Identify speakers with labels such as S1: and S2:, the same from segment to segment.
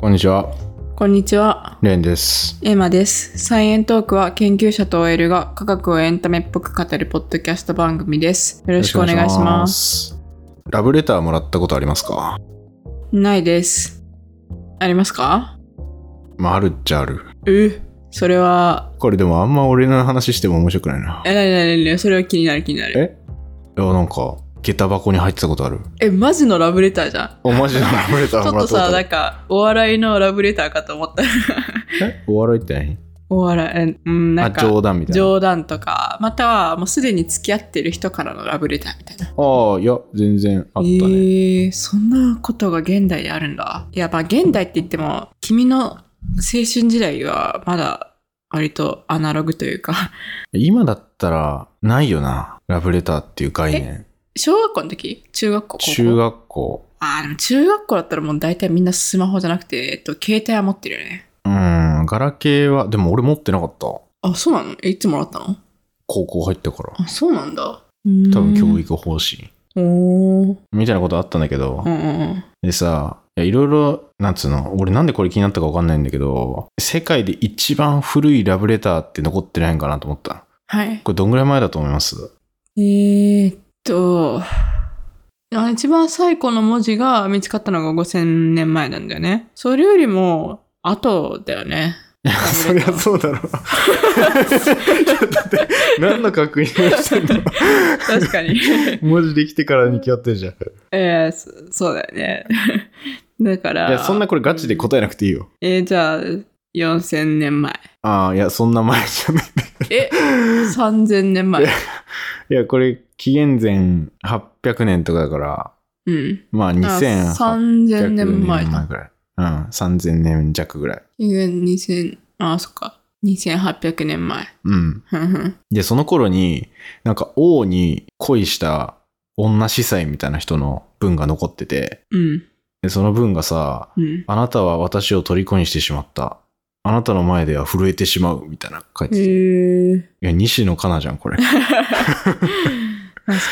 S1: こんにちは、
S2: こんにちは。
S1: レンです。
S2: エマです。サイエントークは研究者と OL が科学をエンタメっぽく語るポッドキャスト番組です。よろしくお願いします。
S1: す。ラブレターもらったことありますか
S2: ないです。ありますか
S1: まあ、あるっちゃある。
S2: えそれは、
S1: これでもあんま俺の話しても面白くないな。
S2: え、なになになにそれは気になる気になる。
S1: えいや、なんか、下駄箱に入ってたことあ る。
S2: え、マジのラブレターじゃん。
S1: お、マジでラブレタ
S2: ち
S1: ーも
S2: ょ
S1: らった
S2: っと
S1: こと
S2: さ、
S1: あ
S2: なん
S1: る。
S2: か、お笑いのラブレターかと思ったら、
S1: えお笑いって何
S2: お笑い、うん、な
S1: あ、
S2: ん
S1: 冗
S2: か、
S1: 談みたいな。
S2: 冗談とか、または、もうすでに付き合ってる人からのラブレターみたいな。
S1: ああ、いや、全然あったね。
S2: えーそんなことが現代であるんだ。いや、まあ現代って言っても、君の青春時代はまだ割とアナログというか、
S1: 今だったら、ないよな。ラブレターっていう概念。
S2: 小学校の時中学校高校
S1: 中学校。
S2: あーでも中学校だったらもう大体みんなスマホじゃなくて、えっと、携帯は持ってるよね。
S1: うーん、ガラケーは、でも俺持ってなかった。
S2: あ、そうなのえ、いつもらったの
S1: 高校入ってから。
S2: あ、そうなんだ。
S1: 多
S2: 多
S1: 分教。育方針。
S2: おー。
S1: みたいなことあったんだけど
S2: うんう、んうん。
S1: でさ、いやいろいろ、なんつうの、俺なんでこれ気になったかわかんないんだけど、世界で一番古いラブレターって残ってないんかなと思った。
S2: はい。
S1: これどんぐらい前だと思います
S2: えー、っと、あ一番最古の文字が見つかったのが5000年前なんだよね。それよりも後だよね。
S1: そりゃそうだろ。ちょっと待って何の確認をしてんの
S2: 確かに。
S1: 文字できてからに決まってるじゃん。い
S2: えー、そそうだよね。 だから。
S1: や、そんなこれガチで答えなくていいよ。
S2: えー、じゃあ、4000年前。
S1: ああ、いや、そんな前じゃない。
S2: え、3000年 前。
S1: いや、これ、紀元前800年とかだから、
S2: うん。
S1: まあ、
S2: あ
S1: 2800
S2: 3000年
S1: 年
S2: 前
S1: 前
S2: だ。
S1: ぐらい。うん、3000年弱ぐらい。
S2: 紀元2000、あ、そっか。2800年前。
S1: うん。
S2: ふんふん
S1: で、その頃に、なんか王に恋した女司祭みたいな人の文が残ってて、
S2: うん。
S1: でその文がさ、
S2: うん。
S1: あなたは私を虜にしてしまった。あなたの前では震えてしまう、みたいな書い
S2: え
S1: てて。い
S2: ー、
S1: や、西野カナじゃん、これ。い
S2: 懐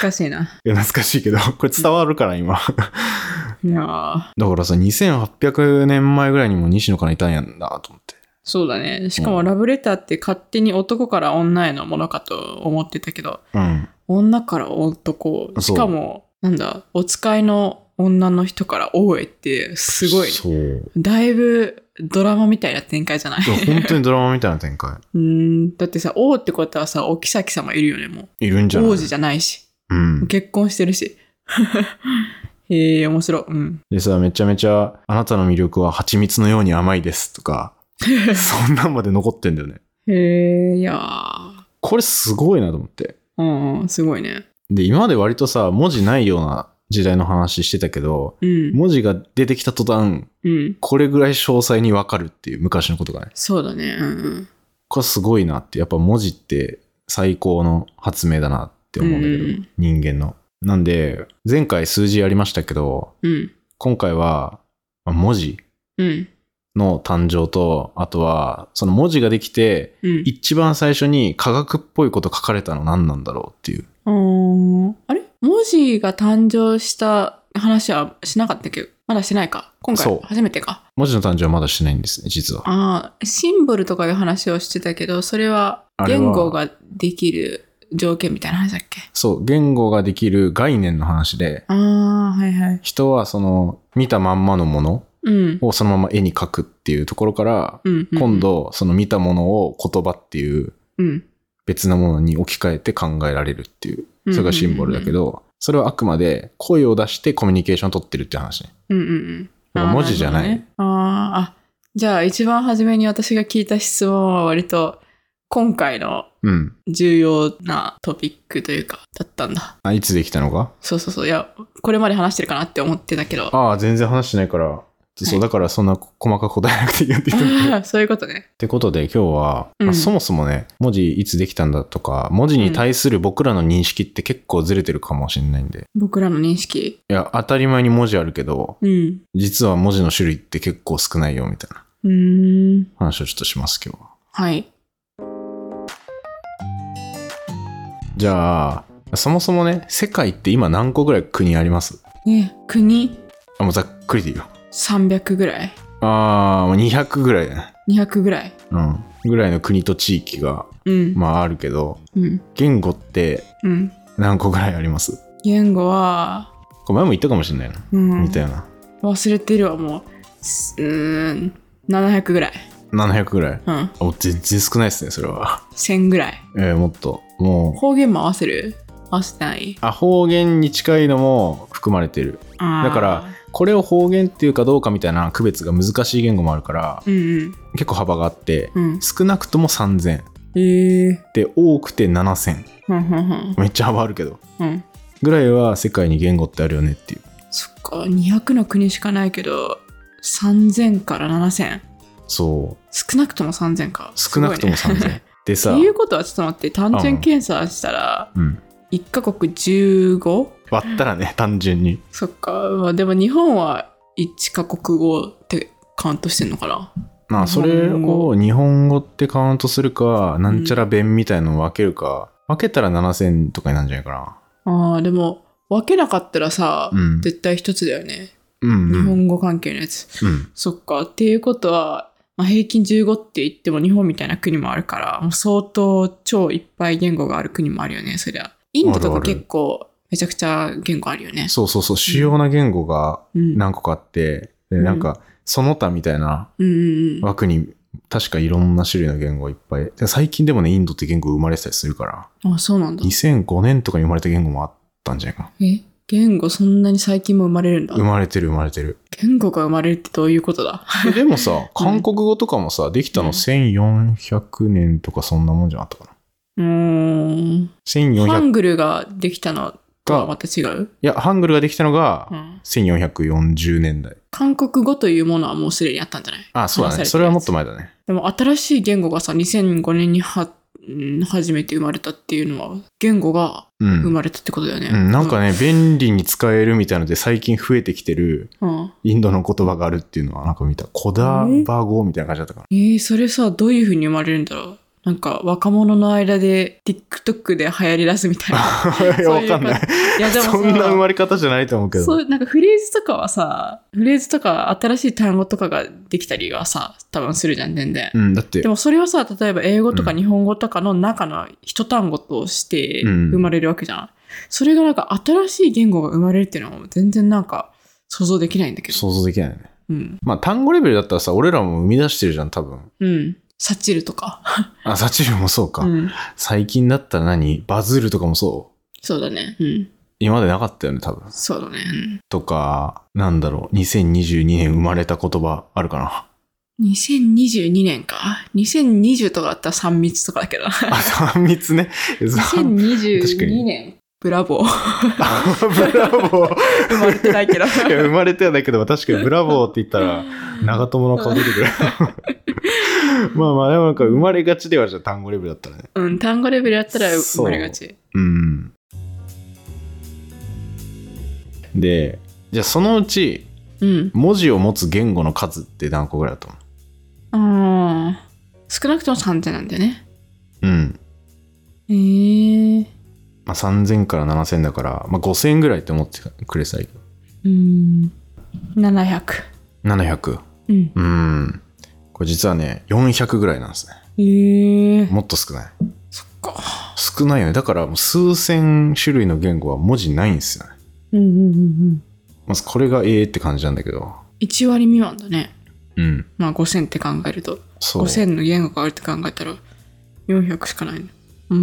S2: かしいな。
S1: や、懐かしいけど、これ伝わるから、今。
S2: いやー
S1: だからさ、2800年前ぐらいにも西野カナいたんやんだ、と思って。
S2: そうだね。しかもラブレターって勝手に男から女へのものかと思ってたけど、
S1: うん。
S2: 女から男、
S1: そう
S2: しかも、なんだ、お使いの女の人から王へって、すごいね。
S1: そう。
S2: だいぶドラマみたいな展開じゃない
S1: でも本当にドラマみたいな展開。
S2: うん、だってさ、王ってことはさ、お妃様いるよね、も
S1: いるんじゃな
S2: う。
S1: い
S2: 王子じゃないし、
S1: うん。
S2: 結婚してるし。 へえ、面白い。うん。
S1: でさ、めちゃめちゃ、あなたの魅力は蜂蜜のように甘いですとか、そんなんまで残ってんだよね。
S2: へえ、いやー
S1: これすごいなと思って。
S2: うんうん、すごいね。
S1: で、今まで割とさ、文字ないような時代の話してたけど、
S2: うん。
S1: 文字が出てきた途端、
S2: うん。
S1: これぐらい詳細にわかるっていう昔のことがね。
S2: そうだね。うんうん。
S1: これすごいなって、やっぱ文字って最高の発明だなって思うんだけど、
S2: うん
S1: 人間の。なんで、前回数字やりましたけど、
S2: うん。
S1: 今回は、まあ文字
S2: うん。
S1: の誕生と、あとは、その文字ができて、
S2: うん。
S1: 一番最初に科学っぽいこと書かれたの何なんだろうっていう。
S2: うーんあれ文字が誕生した話はしなかったっけまだしてないか。今
S1: そ
S2: 回
S1: う
S2: 初めてか。
S1: 文字の誕生はまだしてないんですね、実は。
S2: ああ、シンボルとかいう話をしてたけど、それは
S1: あれは
S2: 言語ができる条件みたいな話だっけ
S1: そう、言語ができる概念の話で、
S2: ああ、はいはい。
S1: 人はその見たまんまのもの
S2: うん。
S1: をそのまま絵に描くっていうところから、
S2: うん、うん。
S1: 今。度その見たものを言葉っていう
S2: うん。
S1: 別なものに置き換えて考えられるっていう、それがシンボルだけ
S2: ど。
S1: ど、それはあくまで声を出してコミュニケーションを取ってるっていう話ね。
S2: うんうんうん。
S1: だから文字じゃない
S2: あーるほどねあー、あ、じゃあ一番初めに私が聞いた質問は割と今回の
S1: うん。
S2: 重要なトピックというか、だったんだ。
S1: あ、いつできたのか
S2: そうそうそう。いや、これまで話してるかなって思ってたけど。
S1: ああ、全然話してないから。そう、だからそんな細かく答えなくていいよって言ってるけどっ
S2: そういうことね。
S1: てことで今日は、まあ
S2: うん
S1: そもそもね、文字いつできたんだとか、文字に対する僕らの認識って結構ずれてるかもしれないんで。
S2: 僕らの認識。
S1: いや、当たり前に文字あるけど、
S2: うん。
S1: 実は文字の種類って結構少ないよみたいな
S2: うーん。
S1: 話をちょっとします今日は。
S2: はい。
S1: じゃあ、そもそもね、世界って今何個ぐらい国あります
S2: ね、国
S1: あ、もうざっくりでいいよ。
S2: 300ぐらい。
S1: ああ、200ぐらいだね。
S2: 200ぐらい。
S1: うん。ぐらいの国と地域が、
S2: うん。
S1: まああるけど、
S2: うん。
S1: 言語って
S2: うん。
S1: 何個ぐらいあります
S2: 言語は、
S1: これ前も言ったかもしれないな。
S2: うん、
S1: 似たような。
S2: 忘れてるわ、もう。すうーん。700ぐらい。
S1: 700ぐらい。
S2: うん。
S1: お、全然少ないですね、それは。
S2: 1000ぐらい。
S1: えーもっと。も
S2: 方言も合わせる合わせな
S1: う、
S2: い。
S1: あ、方言に近いのも含まれてる。
S2: あー
S1: だから、これを方言っていうかどうかみたいな区別が難しい言語もあるから、
S2: うんうん。
S1: 結構幅があって、
S2: うん。
S1: 少なくとも3000。
S2: ええ
S1: で、多くて7000。
S2: ふんふんふん。
S1: めっちゃ幅あるけど。
S2: うん。
S1: ぐらいは世界に言語ってあるよねっていう。
S2: そっか、200の国しかないけど、3000から7000。
S1: そう。
S2: 少なくとも3000か。
S1: 少なくとも
S2: すごいね
S1: 3000。で
S2: っ
S1: さ
S2: て、いうことはちょっと待って、単純計算したら、
S1: うん。
S2: 1カ国 15?
S1: 割ったらね、単純に。
S2: そっか、まあ、でも日本は1カ国語ってカウントしてんのかな
S1: まあ、
S2: 日
S1: そ
S2: 本語
S1: れを日本語ってカウントするか、なんちゃら弁みたいのを分けるか、分けたら7000とかになるんじゃないか
S2: あーでも分けなかったらさ、
S1: うん
S2: 絶対一つだよね。
S1: な。うん、
S2: 日
S1: うん。
S2: 本語関係のやつ。
S1: うん。
S2: そっか、っていうことは、まあ、平均15って言っても日本みたいな国もあるから、もう相当超いっぱい言語がある国もあるよね、そりゃ。インドと
S1: あるあ
S2: か
S1: る
S2: 結構めちゃくちゃ言語あるよね。
S1: そうそうそう、主要な言語が
S2: うん。
S1: 何個かあって、
S2: う
S1: で、
S2: ん
S1: なんか、その他みたいな
S2: うんうんうん。
S1: 枠に、確かいろんな種類の言語がいっぱい。で最近でもね、インドって言語生まれてたりするから、
S2: あ、そうなんだ。
S1: 2005年とかに生まれた言語もあったんじゃないか
S2: え言語そんなに最近も生まれるんだ
S1: な。生。まれてる生まれて る。
S2: 言語が生まれるってどういうことだ
S1: えでもさ、韓国語とかもさ、できた
S2: う
S1: の
S2: ん
S1: 1400年とかそんなもんじゃなかったかな。
S2: うーん。ハ
S1: 1400
S2: ングルができたのとはまた違う、
S1: いや、ハングルができたのが
S2: うん、
S1: 1440年代。
S2: 韓国語というものはもうすでにあったんじゃない
S1: あ、そうだね。
S2: 話
S1: そ
S2: さ
S1: れ
S2: れてるやつ
S1: はもっと前だね。
S2: でも新しい言語がさ、2005年には、うん初めて生まれたっていうのは、言語が
S1: う
S2: 生
S1: ん。
S2: まれたってことだよね。
S1: うん、なんかね、便利に使えるみたいので最近増えてきてる
S2: うん。うん
S1: インドの言葉があるっていうのはなんか見た。コダバ語みたいな感じだったかな。
S2: えー、それさ、どういう風に生まれるんだろうなんか、若者の間で TikTok で流行り出すみたいな。
S1: いや、わかんない。
S2: いや、でもさ
S1: そんな生まれ方じゃないと思うけ
S2: そ
S1: ど。
S2: う、なんかフレーズとかはさ、フレーズとか新しい単語とかができたりはさ、多分するじゃん、全然
S1: う。ん、だって
S2: で、もそれはさ、例えば英語とか
S1: うん
S2: 日本語とかの中の一単語として
S1: うん
S2: 生まれるわけじゃん。それがなんか新しい言語が生まれるっていうのはもう全然なんか想像できないんだけど。
S1: 想像できないね。
S2: うん。
S1: まあ、単語レベルだったらさ、俺らも生み出してるじゃん、多分。
S2: うん。サチルとか。
S1: あ、サチルもそうか。
S2: うん。
S1: 最近だったら何バズるとかもそう。
S2: そうだね。うん。
S1: 今までなかったよね、多分。
S2: そうだね。
S1: とか、なんだろう、2022年生まれた言葉あるか な。
S2: うん。2022年か。2020とかだったら3密とかだけどな。
S1: あ、3密ね。三 確か
S2: 2022
S1: に
S2: 年。ブラボー。
S1: ブラボー。
S2: 生まれてないけ ど。
S1: いや、生まれてはだけど、確かにブラボーって言ったら、長友の顔出てくる。まあまあ、でもなんか生まれがちではじゃん単語レベルだったらね。
S2: うん。単語レベルやったら生まれがち。
S1: うん。で、じゃあそのうち、
S2: うん。
S1: 文字を持つ言語の数って何個ぐらいだと思
S2: ああ。少なくとも3点なんだよね。
S1: ううん。
S2: えー、
S1: まあ、3000から7000だから、まあ、5000ぐらいって思ってくれさい。
S2: うーん700
S1: 700。
S2: うん
S1: うん。これ実はね、400ぐらいなんですね。
S2: えー、
S1: もっと少ない。
S2: そっか
S1: 少ないよね。だからもう数千種類の言語は文字ないんですよね。
S2: うんうんうんうん
S1: まずこれがええって感じなんだけど。
S2: 1割未満だね
S1: うん。
S2: まあ5000って考えると
S1: そう。
S2: 5000の言語があるって考えたら400しかないのうー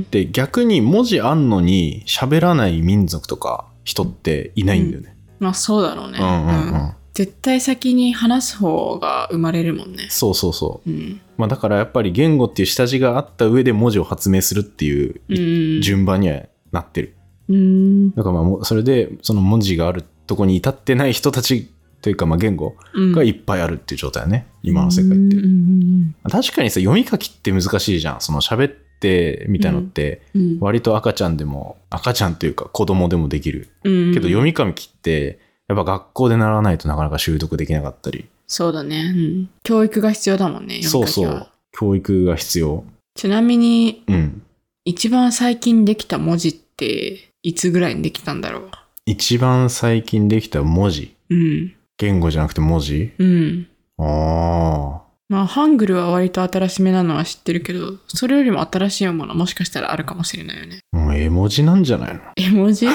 S2: ん
S1: で、逆に文字あんのに喋らない民族とか人っていないんだよね。
S2: まあそうだろうね、
S1: うんうんう
S2: うん
S1: ん。
S2: 絶対先に話す方が生まれるもんね
S1: そうそうそう。
S2: うん
S1: まあだからやっぱり言語っていう下地があった上で文字を発明するっていう
S2: うんうん
S1: 順番にはなってる。
S2: うん
S1: だからまあもうそれでその文字があるとこに至ってない人たちというかまあ言語
S2: うん
S1: がいっぱいあるっていう状態だね。今の世界って
S2: う。ん
S1: 確かにさ、読み書きって難しいじゃん。その喋ってみたいのって
S2: うんうん
S1: 割と赤ちゃんでも、赤ちゃんというか子供でもできる。
S2: うん
S1: けど読み書きってやっぱ学校で習わないとなかなか習得できなかったり。
S2: そうだね、うん、教育が必要だもんね
S1: そう
S2: 読み書き
S1: そ
S2: は
S1: う。教育が必要。
S2: ちなみに
S1: うん。
S2: 一番最近できた文字っていつぐらいにできたんだろ
S1: 一番最近できた文字。
S2: ううん。
S1: 言語じゃなくて文字
S2: うん。
S1: ああ。
S2: まあ、ハングルは割と新しめなのは知ってるけど、それよりも新しいものはもしかしたらあるかもしれないよね。
S1: もう絵文字なんじゃないの い
S2: 絵文 字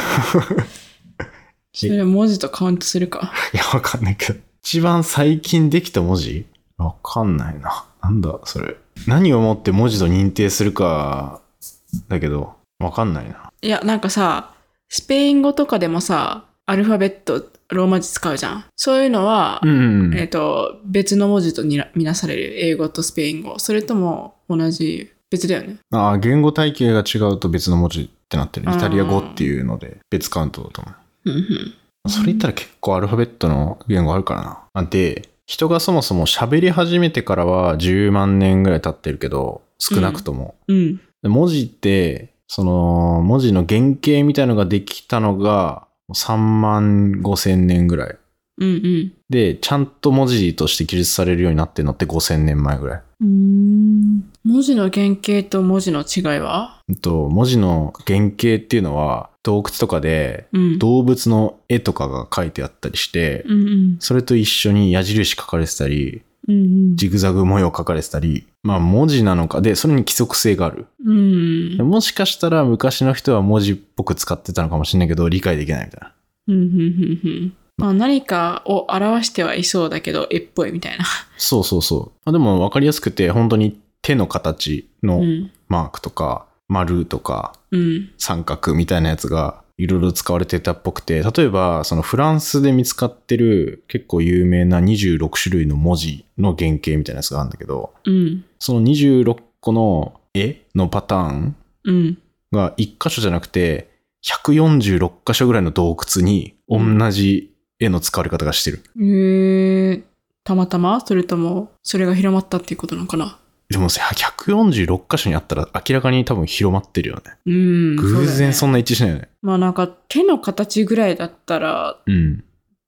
S2: それ文字とカウントするか。
S1: や、わかんないけど。一番最近できた文字わかんないな。なんだ、それ。何をもって文字と認定するか、だけど、わかんないな。
S2: いや、なんかさ、スペイン語とかでもさ、アルファベット、ローマ字使うじゃん。そういうのは、
S1: うん
S2: えっ、と、別の文字とにらみなされる。英語とスペイン語。それとも同じ、別だよね。
S1: ああ、言語体系が違うと別の文字ってなってる。
S2: あ
S1: イ
S2: ー
S1: タリア語っていうので、別カウントだと思う。
S2: うんうん。
S1: それ言ったら結構アルファベットの言語あるからなあ。で、人がそもそも喋り始めてからは10万年ぐらい経ってるけど、少なくとも。
S2: うん。
S1: で文字って、その、文字の原型みたいのができたのが3万5千年ぐらい。
S2: うん
S1: で、ちゃんと文字として記述されるようになってるのって5千年前ぐらい。
S2: うん。うん。文字の原型と文字の違いは
S1: うんと、文字の原型っていうのは洞窟とかで
S2: うん。
S1: 動物の絵とかが描いてあったりして、
S2: うんうん。
S1: それと一緒に矢印書かれてたり、
S2: うん
S1: ジグザグ模様書かれてたり、まあ文字なのか、で、それに規則性がある。
S2: うん。うん。
S1: もしかしたら昔の人は文字っぽく使ってたのかもしれないけど、理解できないみたいな。
S2: うんうんうんうん。まあ何かを表してはいそうだけど、絵っぽいみたいな。
S1: そうそうそう。まあ、でも分かりやすくて、本当に手の形
S2: う
S1: の
S2: ん。
S1: マークとか、丸とか、
S2: うん。
S1: 三角みたいなやつが、いろいろ使われてたっぽくて、例えば、そのフランスで見つかってる結構有名な26種類の文字の原型みたいなやつがあるんだけど、
S2: うん。
S1: その26個の絵のパターン
S2: うん。
S1: が1箇所じゃなくて、146箇所ぐらいの洞窟に同じ絵の使われ方がしてる。
S2: えー、たまたまそれとも、それが広まったっていうことなのかな
S1: でもさ、146箇所にあったら明らかに多分広まってるよね。
S2: うん。
S1: 偶然そ
S2: の、
S1: んな一致しないよね。
S2: まあなんか手の形ぐらいだったら、
S1: うん。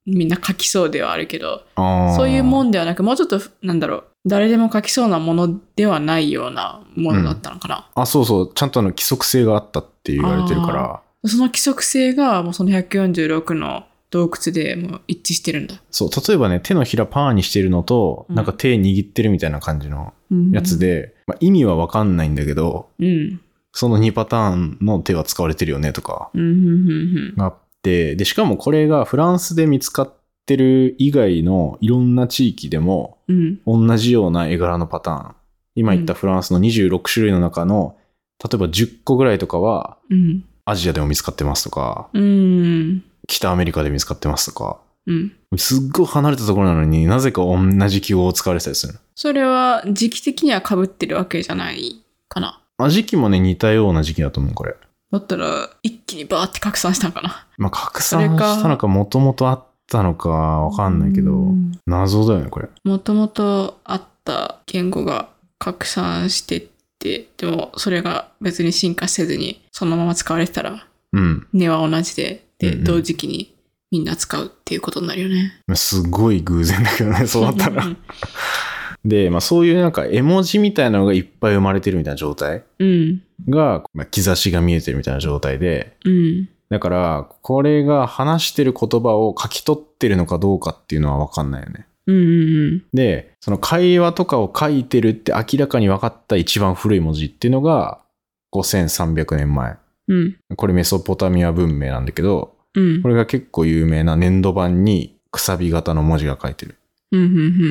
S2: みんな描きそうではあるけど、
S1: ああ。
S2: そういうも
S1: ん。
S2: んではなく、もうちょっと、なんだろう、誰でも描きそうなものではないようなものだったのかな。
S1: あ、そうそう。ちゃんとあの規則性があったって言われてるから、
S2: その規則性が、もうその146の洞窟でもう一致してるんだ。
S1: そう。例えばね、手のひらパーにしてるのと、
S2: うん
S1: なんか手握ってるみたいな感じの
S2: うん
S1: やつ。で、まあ、意味はわかんないんだけど、
S2: うん。
S1: その2パターンの手は使われてるよねとか。
S2: うん、うん、うん
S1: があって、で、しかもこれがフランスで見つかってる以外のいろんな地域でも
S2: うん、うん。
S1: 同じような絵柄のパターン。今言ったフランスの26種類の中の、例えば10個ぐらいとかは
S2: うん。
S1: アジアでも見つかってますとか、
S2: うん。
S1: 北アメリカで見つかってますとか、
S2: うん。
S1: すっごい離れたところなのになぜか同じ記号を使われてたりするの。
S2: それは時期的には被ってるわけじゃないかな。
S1: まあ時期もね、似たような時期だと思う、これ。
S2: だったら、一気にバーって拡散したのかな。
S1: まあ、拡散したのか、もともとあったのか、わかんないけ
S2: う
S1: ど、
S2: ん
S1: 謎だよね、これ。
S2: もともとあった言語が拡散してって、でもそれが別に進化せずにそのまま使われてたら、
S1: うん。
S2: 根は同じで、で、
S1: うんうん
S2: 同時期にみんな使うっていうことになるよね。
S1: すごい偶然だけど ね、そうなったら
S2: う。ん
S1: で、まあそういうなんか絵文字みたいなのがいっぱい生まれてるみたいな状態
S2: うん。
S1: が、まあ、兆しが見えてるみたいな状態で、
S2: うん。
S1: だから、これが話してる言葉を書き取ってるのかどうかっていうのはわかんないよね。
S2: うん。うん。
S1: で、その会話とかを書いてるって明らかに分かった一番古い文字っていうのが5300年前。
S2: うん。
S1: これメソポタミア文明なんだけど、
S2: うん。
S1: これが結構有名な粘土板にくさび型の文字が書いてる。
S2: うん。うん。う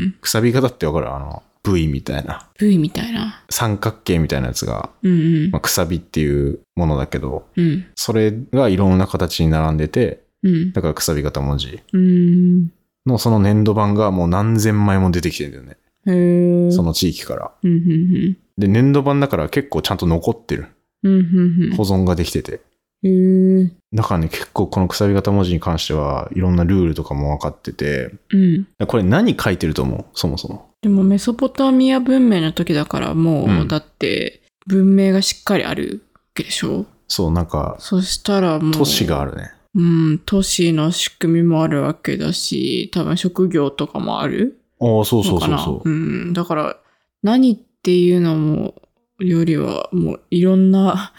S2: ん。
S1: くさび型ってわかるあの、V みたいな。
S2: V みたいな。
S1: 三角形みたいなやつが、
S2: うん。
S1: まあ、くさびっていうものだけど、
S2: うん。うん。
S1: それがいろんな形に並んでて、
S2: うん。
S1: だからくさび型文字
S2: うん。
S1: のその粘土板がもう何千枚も出てきてるんだよね。
S2: へー
S1: その地域から。
S2: うん。うん。
S1: で、粘土板だから結構ちゃんと残ってる。
S2: うん。うん。うん。
S1: 保存ができてて。
S2: うん。へー
S1: だからね、結構このくさび型文字に関してはいろんなルールとかも分かってて、
S2: うん。
S1: これ何書いてると思うそもそも。
S2: でもメソポタミア文明の時だからもう、
S1: うん
S2: だって文明がしっかりあるわけでしょ
S1: そう、なんか、
S2: そしたらもう
S1: 都市があるね。
S2: うん都市の仕組みもあるわけだし多分職業とかもある
S1: ああ、そうそ
S2: の
S1: う
S2: か
S1: そう
S2: な
S1: そう。
S2: んだから何っていうのもよりはもういろ んな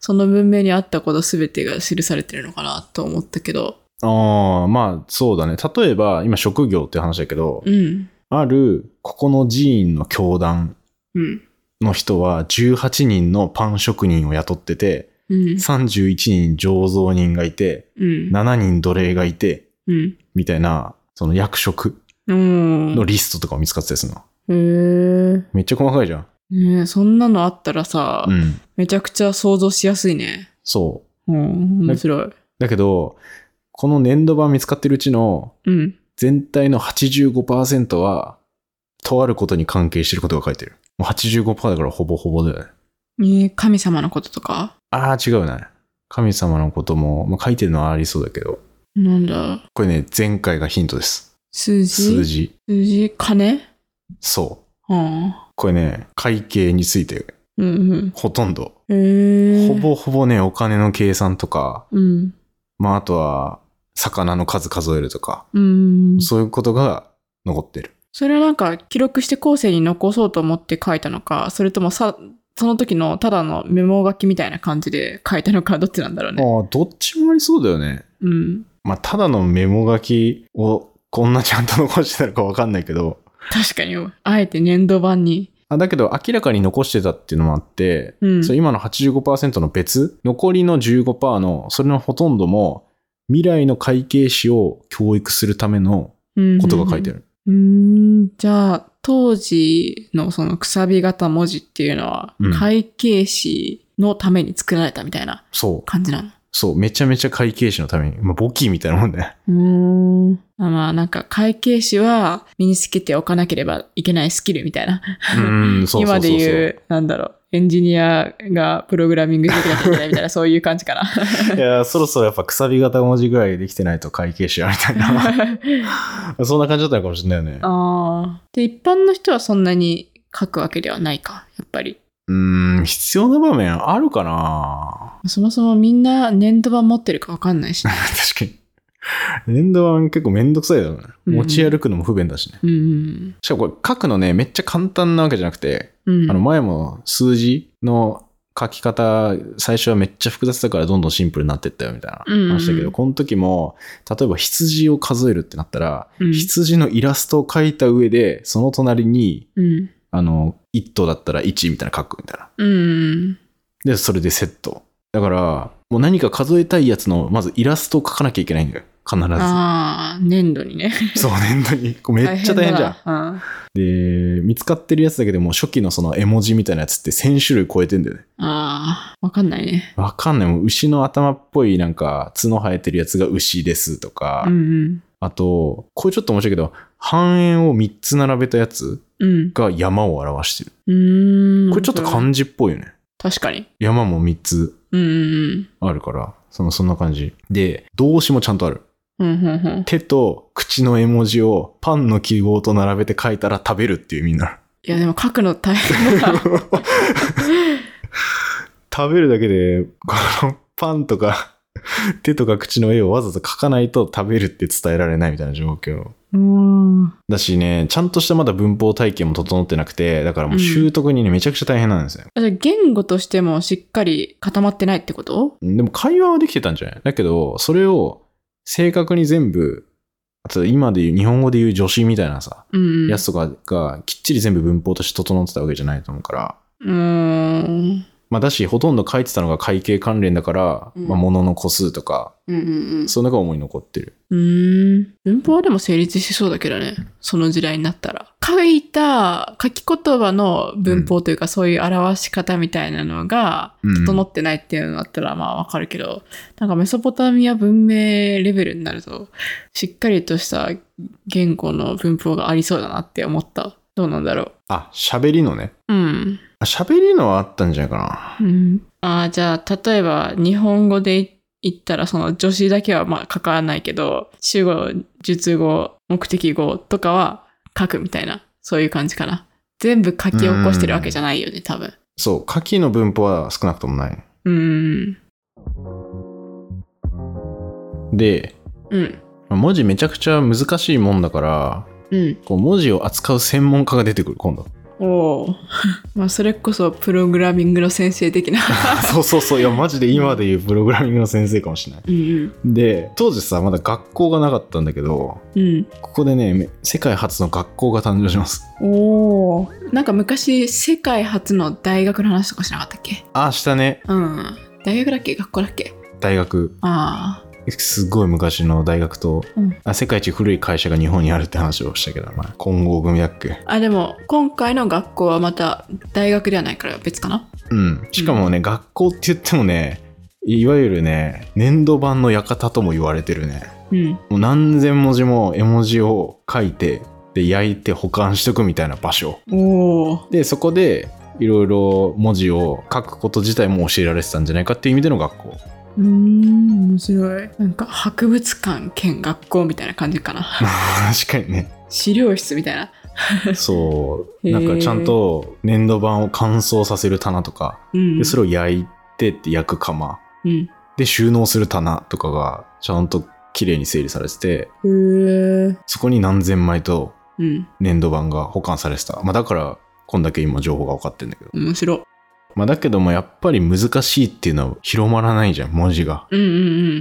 S2: その文明にあったこと全てが記されてるのかなと思ったけど
S1: ああ、まあそうだね。例えば、今職業って話だけど、
S2: うん。
S1: ある、ここの寺院の教団
S2: うん。
S1: の人は18人のパン職人を雇ってて、
S2: うん。
S1: 31人醸造人がいて、
S2: うん。
S1: 7人奴隷がいて、
S2: うん。
S1: みたいな、その役職
S2: うん。
S1: のリストとかも見つかってたりするの。
S2: へえ。
S1: めっちゃ細かいじゃん。
S2: ねえ、そんなのあったらさ、
S1: うん。
S2: めちゃくちゃ想像しやすいね。
S1: そう。
S2: うん。面白い。
S1: だけど、この粘土板見つかってるうちの
S2: うん。
S1: 全体の85%は、とあることに関係してることが書いてる。もう85%だからほぼほぼだよね。
S2: えー神様のこととか
S1: ああ、違うね。神様のことも、まあ、書いてるのはありそうだけど。
S2: なんだ
S1: これね、前回がヒントです。
S2: 数字
S1: 数字。
S2: 数字金
S1: そう。
S2: うん。
S1: これね、会計について、
S2: うん
S1: ほとんど。
S2: うん。へえ。
S1: ほ。ぼほぼね、お金の計算とか、
S2: うん。
S1: まあ、あとは、魚の数数えるとか、
S2: うん。
S1: そういうことが残ってる。
S2: それはなんか記録して後世に残そうと思って書いたのか、それともさ、その時のただのメモ書きみたいな感じで書いたのか、どっちなんだろ
S1: あ
S2: う
S1: あ
S2: ね。
S1: ー、どっちもありそうだよね。
S2: うん。
S1: まあ、ただのメモ書きをこんなちゃんと残してたのかわかんないけど、
S2: 確かによ、あえて粘土板に。
S1: あだけど明らかに残してたっていうのもあって、
S2: うん
S1: そう今の85%の別、残りの15%の、それのほとんども、未来の会計士を教育するためのことが書いて
S2: る。
S1: ある。
S2: うーん。じゃあ、当時のそのくさび型文字っていうのは
S1: うん、
S2: 会計士のために作られたみたいな
S1: そう。
S2: 感じなの。
S1: そう。めちゃめちゃ会計士のために。まあ、簿記みたいなもんね。
S2: うーん。まあまあ、なんか会計士は身につけておかなければいけないスキルみたいな。
S1: うん、そうそうそうそう。
S2: 今で言う、なんだろう、エンジニアがプログラミングしなきゃいけないみたい な、そういう感じかな。
S1: いや、そろそろやっぱくさび型文字ぐらいできてないと会計士やみたい な。そんな感じだったのかもしれないよね。
S2: ああ。で、一般の人はそんなに書くわけではないか、やっぱり。
S1: うーん、必要な場面あるかな
S2: そもそもみんな粘土板持ってるかわかんない し、ね。
S1: 確かに。粘土板結構めんどくさいだろうね。
S2: うん
S1: 持ち歩くのも不便だしね。
S2: うん
S1: しかもこれ書くのね、めっちゃ簡単なわけじゃなくて、
S2: うん。うん。
S1: あの前も数字の書き方、最初はめっちゃ複雑だからどんどんシンプルになってったよみたいな
S2: うんうん
S1: 話だけど、この時も、例えば羊を数えるってなったら、
S2: うん
S1: 羊のイラストを書いた上で、その隣に、
S2: うん。
S1: あの、1頭だったら1みたいな書くみたいな。
S2: うん。
S1: で、それでセット。だから、もう何か数えたいやつの、まずイラストを描かなきゃいけないんだよ。必
S2: ああ、粘土にね。
S1: ず。そう、粘土に。これめっちゃ大変じゃん。
S2: ん。
S1: で、見つかってるやつだけでもう初期のその絵文字みたいなやつって1000種類超えてんだよね。
S2: ああ、わかんないね。
S1: わかんない。もう牛の頭っぽいなんか角生えてるやつが牛ですとか、
S2: うん
S1: あと、これちょっと面白いけど、半円を3つ並べたやつ
S2: うん。うん。
S1: が山を表してる。
S2: うーん。
S1: これちょっと漢字っぽいよね。
S2: 確かに。
S1: 山も3つ
S2: うんうん
S1: あるから、そのそんな感じ。で、動詞もちゃんとある。
S2: うん。うんうんうん。
S1: 手と口の絵文字をパンの記号と並べて書いたら食べるっていう意味になる。
S2: いや、でも書くの 大変だな。
S1: 食べるだけで、この パンとか手とか口の絵をわざわざ書かないと食べるって伝えられないみたいな状況。
S2: うーん。
S1: だしね、ちゃんとしたまだ文法体系も整ってなくて、だからもううん習得にね、めちゃくちゃ大変なんですよ。
S2: あじゃあ言語としてもしっかり固まってないってこと
S1: でも会話はできてたんじゃないだけど、それを正確に全部、あと今で言う、日本語で言う助詞みたいなさ、
S2: うん。
S1: やつとかがきっちり全部文法として整ってたわけじゃないと思うから、
S2: うーん。
S1: まあ、だし、ほとんど書いてたのが会計関連だから、
S2: うん
S1: まあ、物の個数とか、
S2: うんうんうん。
S1: その中思い残ってる。
S2: うーん。文法はでも成立しそうだけどね。その時代になったら。書いた、書き言葉の文法というか、そういう表し方みたいなのが、
S1: うん
S2: 整ってないっていうのだったら、まあわかるけど、なんかメソポタミア文明レベルになると、しっかりとした言語の文法がありそうだなって思った。どうなんだろ
S1: あ、喋りのね。
S2: う。うん。
S1: あ喋りのはあったんじゃないか
S2: うん、ああじゃあ例えば日本語で言ったらその助詞だけはまあ書かないけど主語述語目的語とかは書くみたいなそういう感じかな全部書き起こしてるわけじゃないよね多分
S1: な。そう、書きの文法は少なくともない。
S2: うん
S1: で、
S2: うん
S1: 文字めちゃくちゃ難しいもんだから、
S2: うん
S1: こう文字を扱う専門家が出てくる、今度。
S2: おお。 まあ、それこそプログラミングの先生的な。
S1: そうそうそういやマジで今で言うプログラミングの先生かもしれない
S2: うん
S1: で当時さまだ学校がなかったんだけど
S2: うん。うん。
S1: ここでねめ世界初の学校が誕生します
S2: おお。なんか昔、世界初の大学の話とかしなかったっけ
S1: あしたね
S2: うん。大学だっけ学校だっけ
S1: 大学
S2: あ
S1: すごい昔の大学と、
S2: うん
S1: あ世界一古い会社が日本にあるって話をしたけど、まあ、混合組だっけ
S2: あ。あ、でも、今回の学校はまた大学ではないから別かな
S1: うんしかもね、学校って言ってもねいわゆるね粘土版の館とも言われてるね
S2: うん。
S1: もう何千文字も絵文字を書いてで焼いて保管しとくみたいな場所
S2: おお。
S1: でそこでいろいろ文字を書くこと自体も教えられてたんじゃないかっていう意味での学 校
S2: うーん、面白い。なんか博物館兼学校みたいな感じかな。
S1: 確かにね
S2: 資料室みたいな。
S1: そう
S2: へ
S1: な
S2: ー
S1: んかちゃんと粘土板を乾燥させる棚とか
S2: うん。
S1: でそれを焼いてって焼く釜
S2: うん。
S1: で収納する棚とかがちゃんと綺麗に整理されてて
S2: へえ。
S1: そこに何千枚と
S2: うん。
S1: 粘土板が保管されてた、まあ、だからこんだけ今情報が分かってんだけど、
S2: 面白い。
S1: まあ、だけどもやっぱり難しいっていうのは広まらないじゃん文字が、
S2: うんう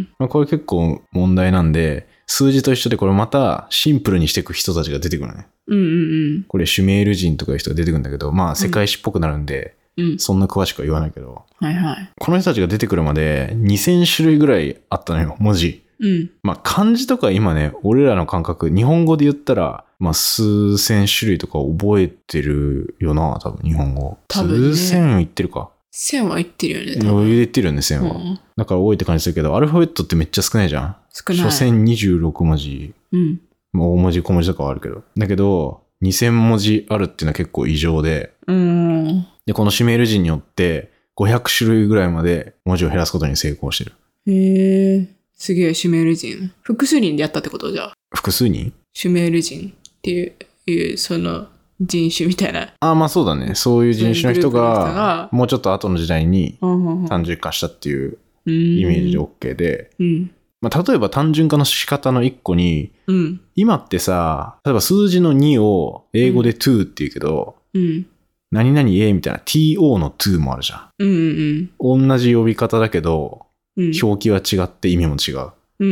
S2: ん
S1: まあ、これ結構問題なんで数字と一緒でこれまたシンプルにしていく人たちが出てくるのね
S2: うん。うんうん
S1: これシュメール人とかいう人が出てくるんだけどまあ世界史っぽくなるんで、
S2: うん。うん。
S1: そんな詳しくは言わないけど
S2: はいはい。
S1: この人たちが出てくるまで2000種類ぐらいあったのよ文字
S2: うん。
S1: まあ漢字とか今ね、俺らの感覚、日本語で言ったら、まあ数千種類とか覚えてるよな、多分日本語。
S2: 多分ね
S1: 数千言ってるか。
S2: 線はいってるよね。多分
S1: 余裕で言ってるよね、千は。
S2: うん
S1: だから多いって感じするけど、アルファベットってめっちゃ少ないじゃん。
S2: 少ない。
S1: 所詮26文字。
S2: うん。
S1: まあ大文字小文字とかはあるけど。だけど、2000文字あるっていうのは結構異常で、
S2: うーん。
S1: で、このシュメール人によって、500種類ぐらいまで文字を減らすことに成功してる。
S2: へえ。すげえ、シュメール人。複数人でやったってことじゃあ。
S1: 複数人
S2: シュメール人っていう、いうその人種みたいな。
S1: ああ、まあそうだね。そういう人種の人
S2: そういうグループの
S1: が
S2: 人が、
S1: もうちょっと後の時代に
S2: うんうんうん
S1: 単純化したっていうイ
S2: イ
S1: メージで OK で、
S2: うん。
S1: まあ、例えば単純化の仕方の一個に、
S2: うん。
S1: 今ってさ、例えば数字の2を英語で to って言うけど、
S2: うん。
S1: 何々 A みたいな TO の to もあるじゃ
S2: うんうん
S1: ん。同じ呼び方だけど、
S2: うん。うん。
S1: 表記は違って意味も違う。
S2: うんう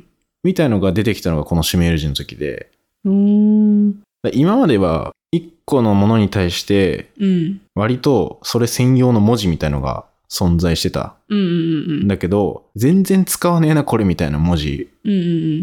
S2: ん
S1: みたいのが出てきたのがこのシュメール人の時で、
S2: うん。う
S1: だから今までは1個のものに対して
S2: ーん。うん。
S1: 割とそれ専用の文字みたいのが存在してた
S2: うんうんうん
S1: んだけど、全然使わねえなこれみたいな文字
S2: うんう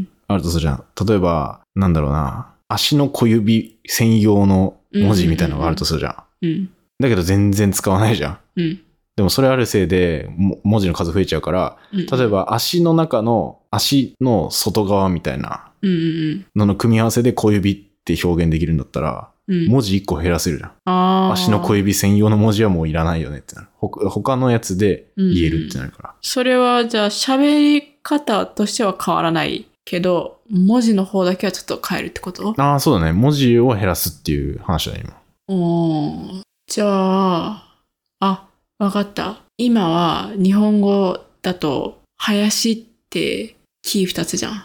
S2: ん
S1: あるとするじゃん。例えば、なんだろうな、足の小指専用の文字みたいなのがあるとするじゃん。
S2: うんうん
S1: だけど全然使わないじゃん。
S2: うん
S1: でもそれあるせいでも文字の数増えちゃうから、
S2: うん
S1: 例えば足の中の足の外側みたいな
S2: うんうん
S1: のの組み合わせで小指って表現できるんだったら、
S2: うんうん
S1: 文字1個減らせるじゃん。
S2: あー
S1: 足の小指専用の文字はもういらないよねってなる。ほ他のやつで言えるってなるから。
S2: それはじゃあ喋り方としては変わらないけど文字の方だけはちょっと変えるってこと
S1: ああ、そうだね。文字を減らすっていう話だね、今。
S2: おーじゃああわかった今は日本語だと林ってキー2つじゃん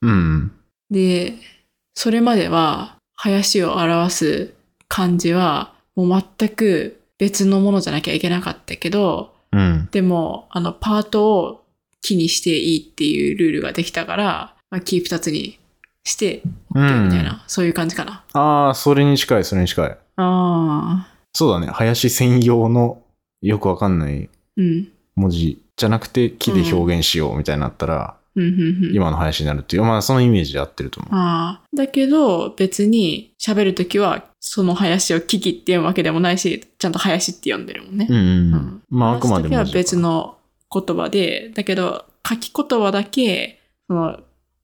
S1: うん。
S2: で、それまでは、林を表す漢字は、もう全く別のものじゃなきゃいけなかったけど、
S1: うん。
S2: でも、あの、パートを木にしていいっていうルールができたから、まあ、キー2つにして、
S1: う
S2: OK みたい
S1: ん
S2: な、。そういう感じかな。
S1: ああ、それに近い、それに近い。
S2: ああ、
S1: そうだね。林専用のよくわかんない
S2: うん。
S1: 文字じゃなくて木で表現しようみたいになったら、
S2: うん、うん、うん。
S1: 今の林になるっていう、まあそのイメージで合ってると思う。
S2: ああ。だけど、別に喋るときは、その林を木々って読むわけでもないし、ちゃんと林って読んでるもんね。
S1: うんうんう
S2: うんん。
S1: まああくまでも。
S2: 話す時は別。の言葉で、だけど、書き言葉だけ、その、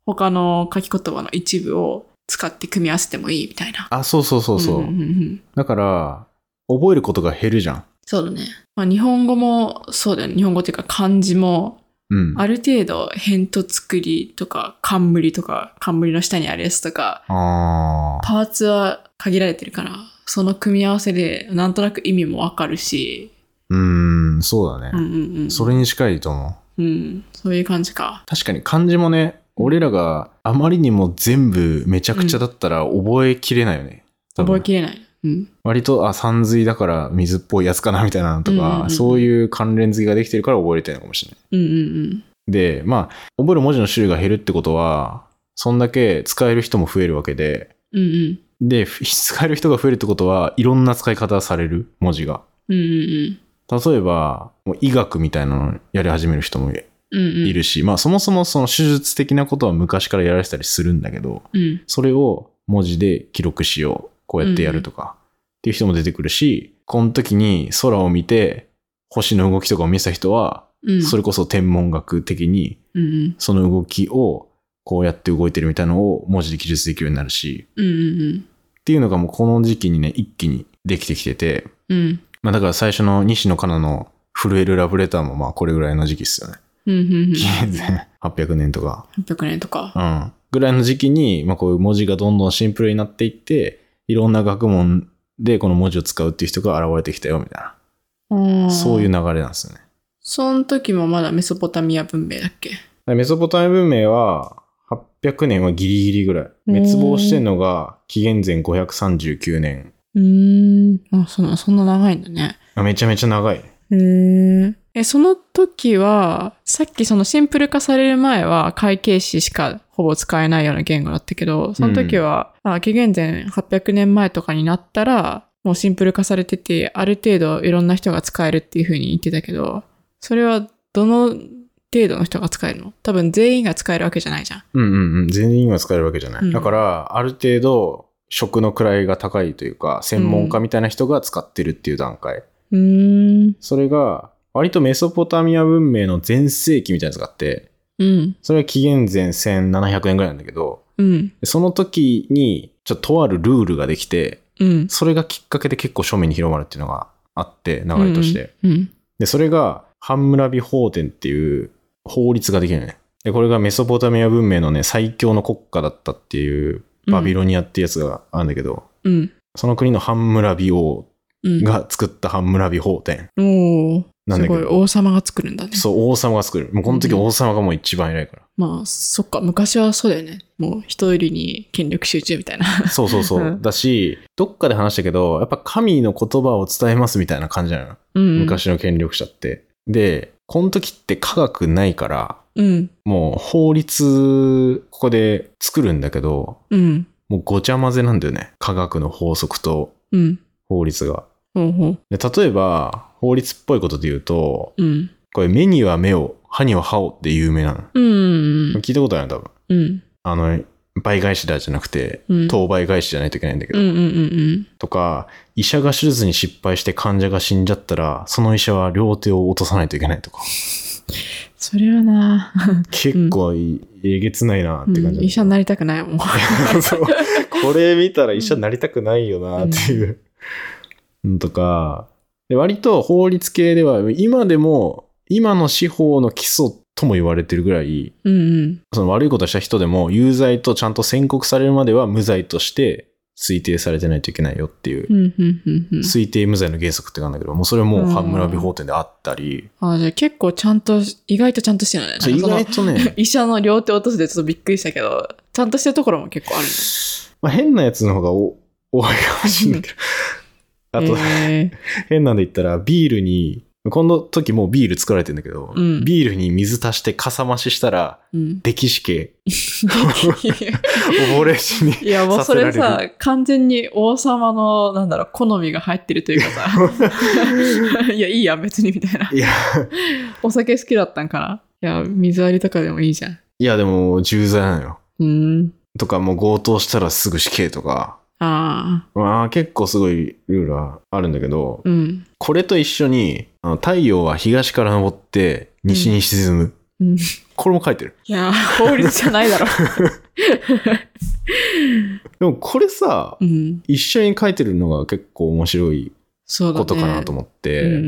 S2: 他の書き言葉の一部を使って組み合わせてもいいみたいな。
S1: あ、そうそうそうそう。
S2: んんん
S1: だから、覚えることが減るじゃん。
S2: そうだね。まあ、日本語もそうだよね。日本語っていうか漢字も、
S1: うん。
S2: ある程度、辺と作りとか、冠とか、冠の下にあるやつとか、
S1: ああ。
S2: パーツは限られてるから、その組み合わせで、なんとなく意味もわかるし、
S1: うーん、そうだ
S2: うん
S1: ね。
S2: うんうん。
S1: それに近いと思う。
S2: うん。そういう感じか。
S1: 確かに漢字もね、俺らがあまりにも全部めちゃくちゃだったら覚えきれないよね。多分
S2: 覚えきれない。うん。
S1: 割と、あ、山水だから水っぽいやつかなみたいなのとか、
S2: うんうんうん
S1: そういう関連付けができてるから覚えれてるのかもしれない。
S2: うんうん
S1: で、まあ、覚える文字の種類が減るってことは、そんだけ使える人も増えるわけで、
S2: うん。うんうん。
S1: で、ふ 使える人が増えるってことは、いろんな使い方される文字が。
S2: うんうん
S1: 例えば、もう医学みたいなのやり始める人もい
S2: うん。うんうん。
S1: い。るし、まあそもそもその手術的なことは昔からやられてたりするんだけど、
S2: うん。
S1: それを文字で記録しよう。こうやってやるとか。っていう人も出てくるし、この時に空を見て、星の動きとかを見せた人は、
S2: うん。
S1: それこそ天文学的に、
S2: うんうん。
S1: その動きをこうやって動いてるみたいなのを文字で記述できるようになるし、
S2: うんうん
S1: っていうのがもうこの時期にね、一気にできてきてて、
S2: うん。うん。
S1: まあだから最初の西野カナの震えるラブレターもまあこれぐらいの時期っすよね。
S2: うんうんうん。
S1: 紀 元前800年とか。
S2: 800年とか。
S1: うん。ぐらいの時期に、まあこういう文字がどんどんシンプルになっていって、いろんな学問でこの文字を使うっていう人が現れてきたよみたいな。そういう流
S2: う。
S1: れなんですよね。だか
S2: その時もまだメソポタミア文明だっけ
S1: らメソポタミア文明は、800年はギリギリぐらい。滅亡してんのが紀元前539年。
S2: うーん。あ、そんな、そんな長いんだね。
S1: あめちゃめちゃ長い。
S2: へーえ、その時は、さっきそのシンプル化される前は会計士しかほぼ使えないような言語だったけど、その時は、あ紀元前800年前とかになったら、もうシンプル化されてて、ある程度いろんな人が使えるっていう風に言ってたけど、それはどの程度の人が使えるの多分全員が使えるわけじゃないじゃん。
S1: うんうんうん。全員は使えるわけじゃない。
S2: うん
S1: だから、ある程度、職の位が高いというか、専門家みたいな人が使ってるっていう段階。
S2: うーん。
S1: それが、割とメソポタミア文明の全盛期みたいなやつがあって、
S2: うん。
S1: それは紀元前1700年ぐらいなんだけど、
S2: うん。
S1: その時に、ちょっととあるルールができて、
S2: うん。
S1: それがきっかけで結構庶民に広まるっていうのがあって、流れとして。
S2: うん。
S1: で、それが、ハンムラビ法典っていう法律ができるのね。で、これがメソポタミア文明のね、最強の国家だったっていう、バビロニアってやつがあるんだけど、
S2: うん。
S1: その国のハンムラビ王
S2: うん。
S1: が作ったハンムラビ法典。
S2: おー
S1: なん
S2: す
S1: だけど
S2: ごい、王様が作るんだね。
S1: そう、王様が作る。もうこの時
S2: うん
S1: 王様がもう一番偉いから。
S2: まあ、そっか、昔はそうだよね。もう一人に権力集中みたいな。
S1: そうそうそう。
S2: うん
S1: だし、どっかで話したけど、やっぱ神の言葉を伝えますみたいな感じなの。
S2: うん。。
S1: 昔の権力者って。で、この時って科学ないから、
S2: うん。
S1: もう法律、ここで作るんだけど、
S2: うん。
S1: もうごちゃ混ぜなんだよね。科学の法則と
S2: うん。
S1: 法律が。
S2: ほうほう。
S1: で例えば、法律っぽいことで言うと、
S2: うん。
S1: これ目には目を、歯には歯をって有名なの。
S2: うん。
S1: 聞いたことあるの多分。
S2: うん。
S1: あの、倍返しだじゃなくて、
S2: うん。
S1: 当倍返しじゃないといけないんだけ
S2: う
S1: ど、
S2: んうんうん
S1: とか、医者が手術に失敗して患者が死んじゃったら、その医者は両手を落とさないといけないとか、
S2: それはな、
S1: 結構いいえげつないなって感じ、
S2: うん医者になりたくな いもん。
S1: そうこれ見たら医者になりたくないよなっていう、うんとかで割と法律系では今でも今の司法の基礎とも言われてるぐらい
S2: うん
S1: その悪いことした人でも有罪とちゃんと宣告されるまでは無罪として推定されてないといけないよっていう
S2: うん。う、んうんうんうん。
S1: 推定無罪の原則ってなんだけどもうそれはもうハンムラビ法典であったり、
S2: あじゃあ結構ちゃんと、意外とちゃんとしてるね。
S1: そう
S2: なん
S1: 意
S2: かその
S1: 外と ね
S2: 医者の両手落とすでちょっとびっくりしたけど、ちゃんとしてるところも結構あるね。
S1: まあ変なやつの方がお多いかもしれないけどあと、
S2: え
S1: 変なんで言ったら、ビールに、この時もうビール作られてんだけど、
S2: うん
S1: ビールに水足してかさ増ししたら、
S2: ーうん。
S1: 歴史系、
S2: で
S1: 溺れ死 に。
S2: いや、もうそれ
S1: させら
S2: さ、完全に王様の、なんだろう、好みが入ってるというかさ、いや、いいやん、別に、みたいな。
S1: いや、
S2: お酒好きだったんかな。いや、水割りとかでもいいじゃん。
S1: いやでも重罪なのよ。
S2: うーん。
S1: とか、もう強盗したらすぐ死刑とか、
S2: ああ、
S1: まあ結構すごいルールはあるんだけど、
S2: うん。
S1: これと一緒に、あの太陽は東から昇って西に沈む。
S2: うんい
S1: これも書いてる。
S2: や、法律じゃな いだろ。
S1: でもこれさ、
S2: うん。
S1: 一緒に書いてるのが結構面白い
S2: そうだね。
S1: ことかなと思って、
S2: うんう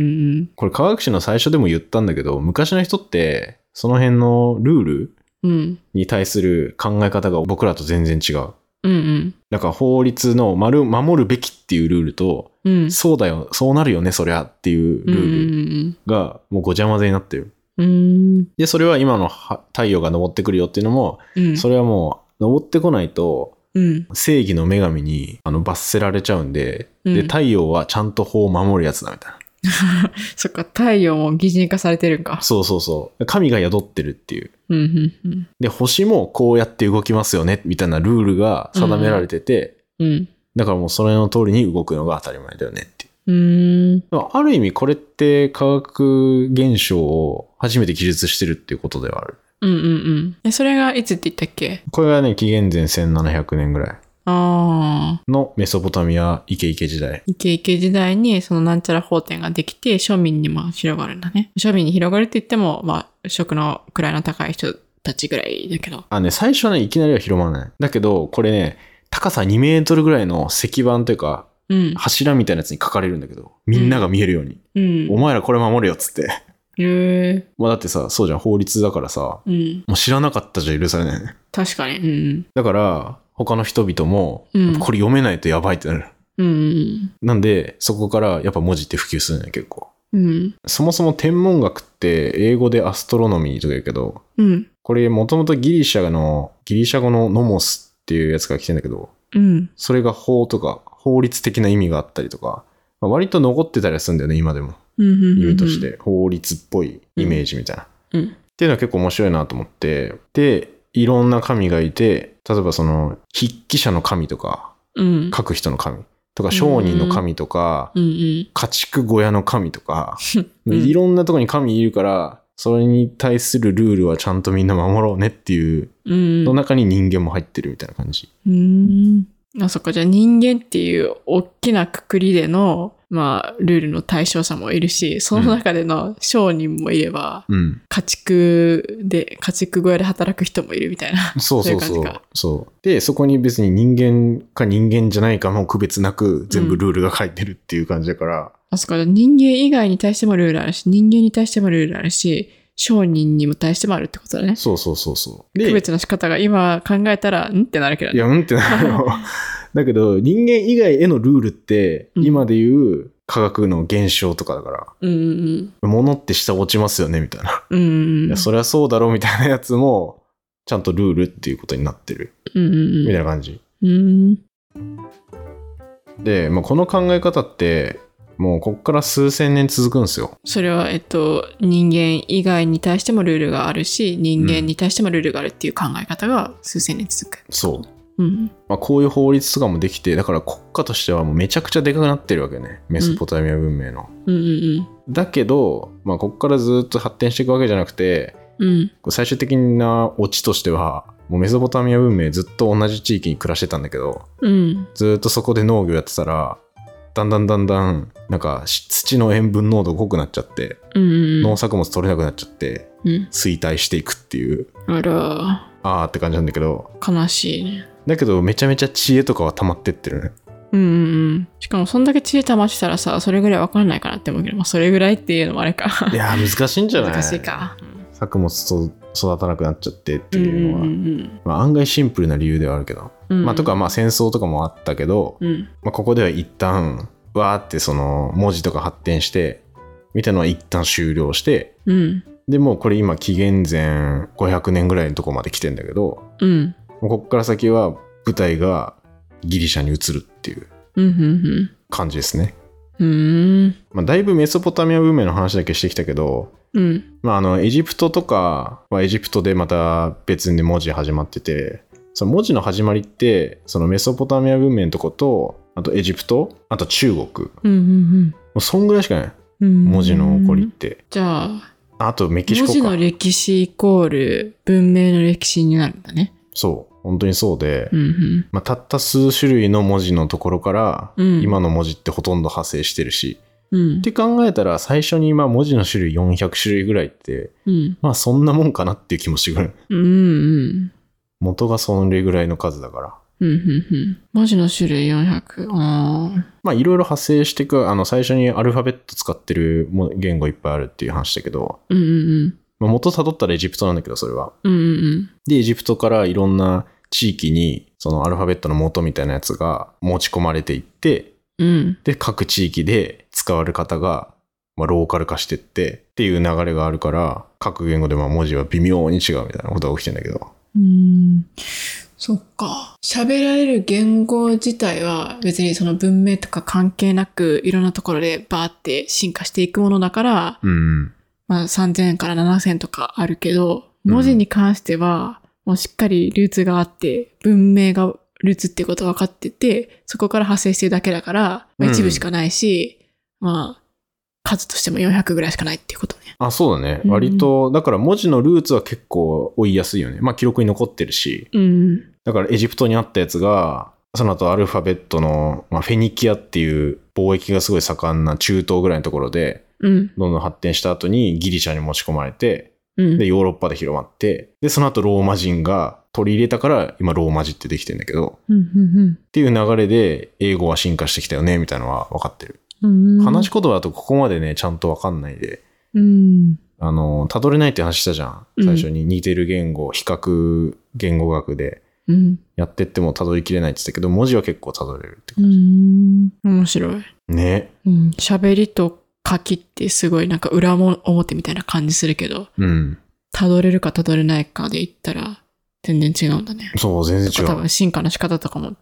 S2: ん
S1: これ科学史の最初でも言ったんだけど昔の人ってその辺のルール
S2: うん。うん。
S1: に対する考え方が僕らと全然違う
S2: うんうん。
S1: だから法律の丸守るべきっていうルールと、
S2: うん。
S1: そうだよそうなるよねそりゃっていう
S2: うんう
S1: ルール
S2: ん
S1: がもうごちゃ混ぜになってる
S2: うん。うん。
S1: でそれは今のは太陽が昇ってくるよっていうのも、
S2: うん。
S1: それはもう昇ってこないと
S2: うん。
S1: 正義の女神にあの罰せられちゃうんで、
S2: うん
S1: で、太陽はちゃんと法を守るやつだみたいな。
S2: そっか、太陽も擬人化されてるんか。
S1: そうそうそう。神が宿ってるっていう。
S2: うん、うん、
S1: で、星もこうやって動きますよね、みたいなルールが定められてて、
S2: うん。うん。
S1: だからもうそれの通りに動くのが当たり前だよねっていう。
S2: うーん。
S1: でもある意味これって科学現象を初めて記述してるっていうことではある。
S2: うん、うん、うん。え、それがいつって言ったっけ
S1: これがね、紀元前1700年ぐらい
S2: ああ。
S1: のメソポタミアイケイケ時代。
S2: イケイケ時代にそのなんちゃら法典ができて、庶民にも広がるんだね。庶民に広がるって言っても、まあ、職の位の高い人たちぐらいだけど。
S1: あね、最初はね、いきなりは広まらない。だけど、これね、高さ2メートルぐらいの石板というか、
S2: うん。
S1: 柱みたいなやつに書かれるんだけど、みんなが見えるように。
S2: う
S1: お
S2: ん。
S1: 前らこれ守れよっつって。
S2: へえ。
S1: まあだってさ、そうじゃん、法律だからさ、
S2: うん。
S1: もう知らなかったじゃ許されないよね。
S2: 確かに。うん
S1: だから、他の人々も、
S2: うん
S1: やっぱこれ読めないとやばいってなる。
S2: うん。うん。
S1: なんで、そこからやっぱ文字って普及するんや、結構。
S2: うん。
S1: そもそも天文学って英語でアストロノミーとか言うけど、
S2: うん。
S1: これもともとギリシャの、ギリシャ語のノモスっていうやつから来てんだけど、
S2: うん。
S1: それが法とか法律的な意味があったりとか、まあ割と残ってたりはするんだよね、今でも。
S2: うん。
S1: 言うとして、法律っぽいイメージみたいな。っ
S2: うん。
S1: ていうのは結構面白いなと思って、で、いろんな神がいて、例えばその、筆記者の神とか、
S2: うん。
S1: 書く人の神とか、商人の神とか、
S2: う ん。うん。
S1: 家畜小屋の神とか、
S2: うん
S1: いろんなとこに神いるから、それに対するルールはちゃんとみんな守ろうねっていう、
S2: うん。
S1: の中に人間も入ってるみたいな感じ。
S2: うん。あそっか、じゃあ人間っていう大きなくくりでの、まあ、ルールの対象者もいるし、その中での商人もいれば、
S1: うん。
S2: 家畜で、家畜小屋で働く人もいるみたいな。
S1: そうそうそ
S2: そうい
S1: うう
S2: 感じか
S1: そう。で、そこに別に人間か人間じゃないかも区別なく全部ルールが書いてるっていう感じだから、
S2: あそっか、人間以外に対してもルールあるし、人間に対してもルールあるし、商人にも対してもあるってことだね。
S1: そうそうそうそう。で、
S2: 区別の仕方が今考えたら、んってなるけど
S1: い
S2: ね。
S1: や、うんってなる よ。だけど、人間以外へのルールって、
S2: うん
S1: 今でいう科学の現象とかだから、
S2: うんうん
S1: 物って下落ちますよね、みたいな。
S2: うん。うん
S1: いや、そりゃそうだろ、うみたいなやつも、ちゃんとルールっていうことになってる、
S2: うん
S1: み
S2: う
S1: たい
S2: ん
S1: な感じ。
S2: うん。
S1: で、まあ、この考え方って、もうこっから数千年続くんですよ。
S2: それは、えっと、人間以外に対してもルールがあるし、人間に対してもルールがあるっていう考え方が数千年続く。
S1: そう。
S2: うん。
S1: まあ、こういう法律とかもできてだから国家としてはもうめちゃくちゃでかくなってるわけねメソポタミア文明の。
S2: うんうん
S1: だけど、まあ、ここからずっと発展していくわけじゃなくて
S2: うん。うん。
S1: こう最終的なオチとしてはもうメソポタミア文明ずっと同じ地域に暮らしてたんだけど
S2: うん。
S1: ずっとそこで農業やってたらだんだんだんだんなんかし土の塩分濃度濃くなっちゃって
S2: うん。
S1: 農作物取れなくなっちゃって
S2: うん。
S1: 衰退していくっていう
S2: あら、
S1: あーって感じなんだけど
S2: 悲しいね。
S1: だけどめちゃめちゃ知恵とかは溜まってってるね。
S2: うんうんうん。しかも、そんだけ知恵溜まってたらさ、それぐらいわかんないかなって思うけど、まあ、それぐらいっていうのもあれか。
S1: いやー難しいんじゃない
S2: 難しいか。
S1: 作物と育たなくなっちゃってって
S2: うんう
S1: いうのは、
S2: ん
S1: まあ、案外シンプルな理由ではあるけど、
S2: うん。
S1: まあとかまあ戦争とかもあったけど、
S2: うん。
S1: まあ、ここでは一旦わーってその文字とか発展してみたいなのは一旦終了して
S2: うん。
S1: でもうこれ今紀元前500年ぐらいのとこまで来てんだけど
S2: うん。
S1: もうこっから先は舞台がギリシャに移るっていう
S2: うん。うん。
S1: 感じですね、
S2: うん。うん。
S1: まあ、だいぶメソポタミア文明の話だけしてきたけど
S2: うん。
S1: まあ、あのエジプトとかはエジプトでまた別に文字始まっててその文字の始まりってそのメソポタミア文明のとことあとエジプトあと中国も
S2: うん。うん。
S1: うそんぐらいしかない
S2: うん。
S1: 文字の起こりって
S2: じゃあ、
S1: あとメキシ
S2: 文
S1: コ
S2: 字
S1: か
S2: の歴史イコール文明の歴史になるんだね。
S1: そう本当にそうで、
S2: うん
S1: まあ、たった数種類の文字のところから、
S2: うん
S1: 今の文字ってほとんど派生してるし
S2: うん。うん
S1: っ。て考えたら最初に今文字の種類400種類ぐらいって
S2: うん。
S1: まあそんなもんかなっていう気もしてくる
S2: うん。うん。
S1: 元がそれぐらいの数だから
S2: うん。うん。文字の種類400。ああ。
S1: まあいろいろ派生していく、あの最初にアルファベット使ってるも言語いっぱいあるっていう話だけど、
S2: うんうん
S1: まあ、元辿ったらエジプトなんだけどそれは。
S2: うん。うんうん
S1: で、エジプトからいろんな地域にそのアルファベットの元みたいなやつが持ち込まれていって、
S2: うん。うん。
S1: で、各地域で使われ方が、まあ、ローカル化してってっていう流れがあるから、各言語でまあ文字は微妙に違うみたいなことが起きてんだけど。
S2: うん。そっか。喋られる言語自体は別にその文明とか関係なくいろんなところでバーって進化していくものだから、
S1: うん。
S2: まあ3000から7000とかあるけど、文字に関してはもうしっかりルーツがあって、文明がルーツってこと分かってて、そこから派生してるだけだから、
S1: う
S2: まあ
S1: ん
S2: 一部しかないし、まあ数としても400ぐらいしかないっていうことね。
S1: あ、そうだね。
S2: うん
S1: 割と、だから文字のルーツは結構追いやすいよね。まあ記録に残ってるし。
S2: うん。
S1: だからエジプトにあったやつが、その後アルファベットの、まあ、フェニキアっていう貿易がすごい盛んな中東ぐらいのところで、
S2: うん。
S1: どんどん発展した後にギリシャに持ち込まれて、
S2: うん。
S1: で、ヨーロッパで広まって、で、その後ローマ人が取り入れたから、今ローマ字ってできてんだけど、
S2: うんうん
S1: っていう流れで英語は進化してきたよね、みたいなのは分かってる。
S2: うんうん
S1: 話し言葉だとここまでね、ちゃんと分かんないで、
S2: うん。
S1: あの、たどれないって話したじゃん。
S2: うん
S1: 最初に似てる言語、比較言語学で
S2: うん。
S1: やってってもたどりきれないって言ったけど、文字は結構たどれるって
S2: う
S1: 感じ。
S2: ん。面白い。
S1: ね。
S2: うん。喋りと書きってすごいなんか裏も表みたいな感じするけど、
S1: うん。
S2: たどれるかたどれないかで言ったら全然違うんだね。
S1: そう、全然
S2: 多
S1: 違う。
S2: 分進化の仕方とかも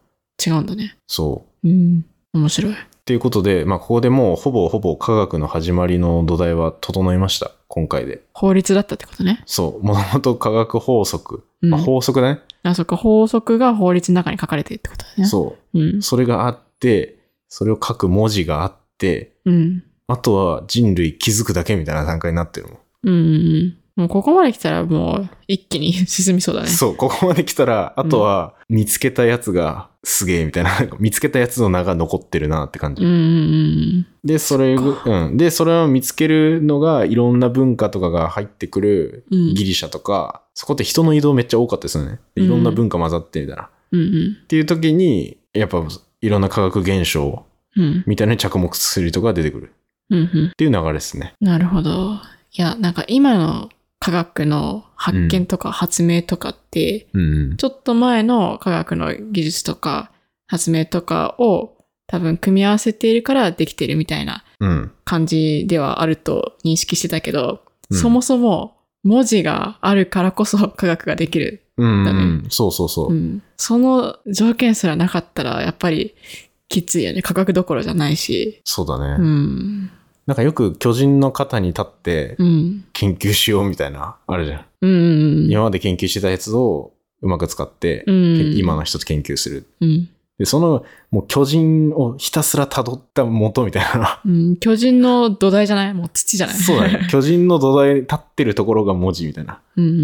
S2: 違うんだね。
S1: そう。
S2: うん。面白い。
S1: っていうことで、まあ、ここでもうほぼほぼ科学の始まりの土台は整いました。今回で。
S2: 法律だったってことね。
S1: そう。もともと科学法則。
S2: うん。
S1: まあ、法則だね、
S2: あ、そっか。法則が法律の中に書かれてるってことだね。。
S1: そう
S2: ん
S1: う。。それがあって、それを書く文字があって、
S2: うん。
S1: あとは人類気づくだけみたいな段階になってるもん。
S2: うんうん。もうここまで来たらもう一気に進みそうだね。
S1: そう。ここまで来たら、あとは見つけたやつがすげえみたいな。なんか見つけたやつの名が残ってるなって感じ。
S2: うんうん
S1: で、それ、
S2: そっ
S1: うん。で、それを見つけるのが、いろんな文化とかが入ってくる
S2: うん
S1: ギリシャとか、そこって人の移動めっちゃ多かったですよね。でいろんな文化混ざってみたいな。っ
S2: うん。うん
S1: ていう時に、やっぱ、いろんな科学現象
S2: うん。うん。
S1: みたいなのに着目する人が出てくるっ
S2: うんうん。
S1: ていう流れですね。
S2: なるほど。いや、なんか今の科学の発見とか発明とかって、
S1: うんうん。
S2: ちょっと前の科学の技術とか発明とかを多分組み合わせているからできてるみたいな
S1: うん。
S2: 感じではあると認識してたけど、
S1: うん
S2: そもそも文字があるからこそ科学ができる。
S1: うん、
S2: だ
S1: うん
S2: ね。
S1: そうそうそうう。
S2: ん、その条件すらなかったらやっぱりきついよね。科学どころじゃないし。
S1: そうだ
S2: う
S1: ね、
S2: ん。
S1: なんかよく巨人の肩に立って
S2: うん。
S1: 研究しようみたいな、あるじゃん。
S2: うん。
S1: 今まで研究してたやつをうまく使って、
S2: うん
S1: 今の人と研究する
S2: うん。
S1: で、その、もう巨人をひたすら辿った元みたいな。
S2: うん、巨人の土台じゃないもう土じゃない
S1: そうだね。 巨人の土台に立ってるところが文字みたいな。
S2: うんうんう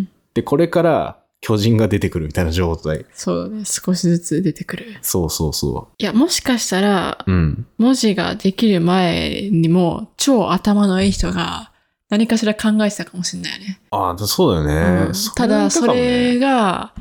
S2: ん。
S1: で、これから巨人が出てくるみたいな状態。
S2: そうだね。少しずつ出てくる。
S1: そうそうそ
S2: いや、もしかしたら
S1: う。、うん。
S2: 文字ができる前にも、超頭のいい人が何かしら考えてたかもしれないよね。
S1: ああ、そうだよね。
S2: うん
S1: そう
S2: た
S1: いう
S2: だ、
S1: こ
S2: そ
S1: とかもね
S2: れが、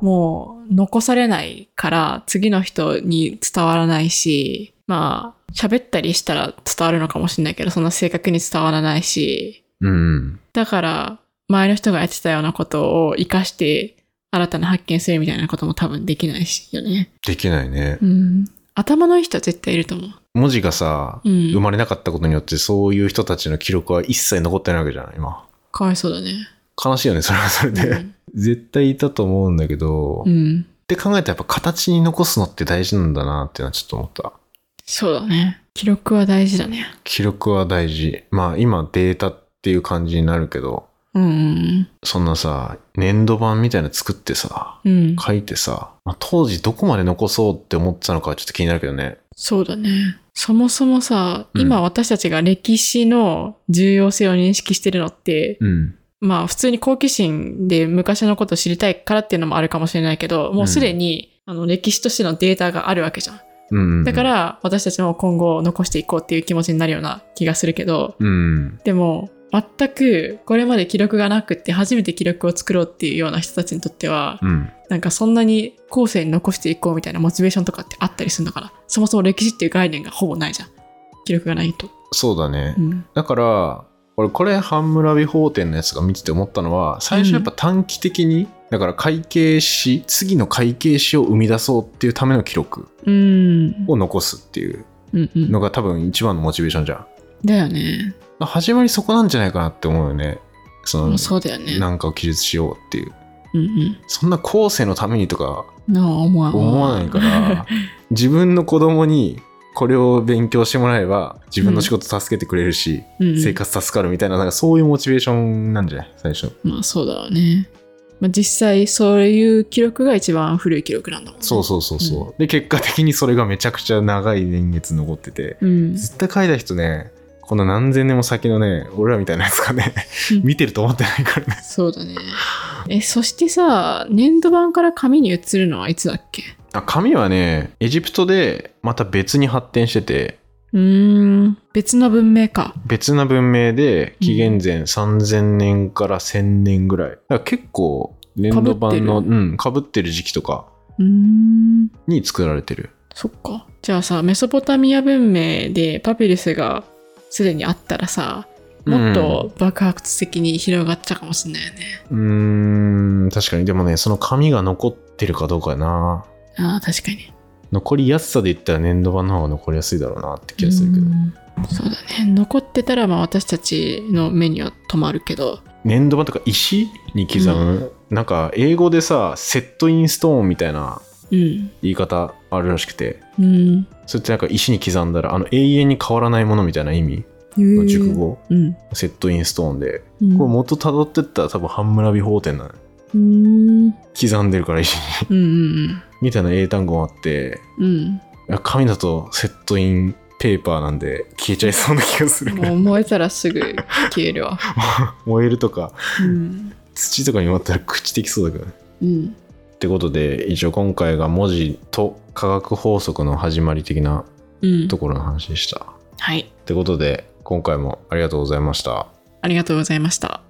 S2: もう、残されないから、次の人に伝わらないし、まあ、喋ったりしたら伝わるのかもしれないけど、そんな正確に伝わらないし、
S1: うん。
S2: だから、前の人がやってたようなことを活かして、新たな発見するみたいなことも多分できないしよね。
S1: できないね。
S2: うん。頭のいい人は絶対いると思
S1: 文字がさ、
S2: う。うん。
S1: 生まれなかったことによって、そういう人たちの記録は一切残ってないわけじゃない、今。
S2: かわいそうだね。
S1: 悲しいよね、それはそれで。絶対いたと思うんだけど、
S2: うん。
S1: っ
S2: うん
S1: て考えたらやっぱ形に残すのって大事なんだなっていうのはちょっと思った。
S2: そうだね。記録は大事だね。
S1: 記録は大事。まあ今データっていう感じになるけど、
S2: うん。
S1: そんなさ、年度版みたいなの作ってさ、
S2: うん。
S1: 書いてさ、まあ、当時どこまで残そうって思ってたのかはちょっと気になるけどね。
S2: そうだね。そもそもさ、
S1: うん
S2: 今私たちが歴史の重要性を認識してるのって、
S1: うん。
S2: まあ普通に好奇心で昔のことを知りたいからっていうのもあるかもしれないけど、もうすでに、あの歴史としてのデータがあるわけじゃん。
S1: うんうんうん
S2: だか、ら私たちも今後残していこうっていう気持ちになるような気がするけど、
S1: うん。
S2: でも全くこれまで記録がなくって初めて記録を作ろうっていうような人たちにとっては、
S1: うん。
S2: なんかそんなに後世に残していこうみたいなモチベーションとかってあったりするのかなそもそも歴史っていう概念がほぼないじゃん。記録がないと。
S1: そうだね。
S2: うん。
S1: だから、俺これ、ハンムラビ法典のやつが見てて思ったのは、最初やっぱ短期的に、だから会計士、次の会計士を生み出そうっていうための記録
S2: うん。
S1: を残すっていう
S2: うんうん
S1: のが多分一番のモチベーションじゃん。
S2: だよね。
S1: 始まりそこなんじゃないかなって思うよね。そ
S2: も
S1: の
S2: うそうだよね。
S1: なんかを記述しようっていう。
S2: うん
S1: そんな後世のためにとか
S2: うん。なあ、思わん。
S1: 思わないから。 自分の子供にこれを勉強してもらえば自分の仕事助けてくれるし、
S2: うん、
S1: 生活助かるみたいななんかそういうモチベーションなんじゃない最初
S2: まあそうだよね。まあ、実際そういう記録が一番古い記録なんだもんね。
S1: そうそうそうそう、で結果的にそれがめちゃくちゃ長い年月残ってて、
S2: う。 うん。
S1: 絶対書いた人ねこの何千年も先のね俺らみたいなやつがね 見てると思ってないからね
S2: そうだね。え、そしてさ、年度版から紙に移るのはいつだっけ
S1: あ紙はねエジプトでまた別に発展してて
S2: うーん。別の文明か。
S1: 別な文明で紀元前3000年から1000年ぐらいだから結構年度版の
S2: 被っ
S1: うんかぶってる時期とか
S2: うーん。
S1: に作られてる
S2: そっか。じゃあさ、メソポタミア文明でパピルスがすでにあったらさ、もっと爆発的に広がったかもしれないよね。
S1: うーん確かにでもねその紙が残ってるかどうかやな
S2: ああ、確かに。
S1: 残りやすさで言ったら年度版の方が残りやすいだろうなって気がするけど
S2: うんそうだね。残ってたら、まあ私たちの目には止まるけど。
S1: 粘土板とか石に刻む、なんか英語でさセットインストーンみたいな
S2: うん。
S1: 言い方あるらしくて
S2: うん。
S1: それってなんか石に刻んだらあの永遠に変わらないものみたいな意味
S2: の
S1: の熟。語、
S2: うん。
S1: セットインストーンで、
S2: うん
S1: これ元たどってったら多分半村美法典なの
S2: うん。うん
S1: 刻んでるから石に
S2: うん
S1: みたいな英単語もあって
S2: うん。うん。
S1: いや紙だとセットインペーパーなんで消えちゃいそうな気がする、
S2: もう燃えたらすぐ消えるわ。
S1: 燃えるとか
S2: うん。
S1: 土とかに埋まったら朽ちてきそうだからね
S2: うん。
S1: ってことで一応今回が文字と科学法則の始まり的な
S2: うん
S1: と。ころの話でした。
S2: はい。
S1: ってことで今回もありがとうございました。
S2: ありがとうございました。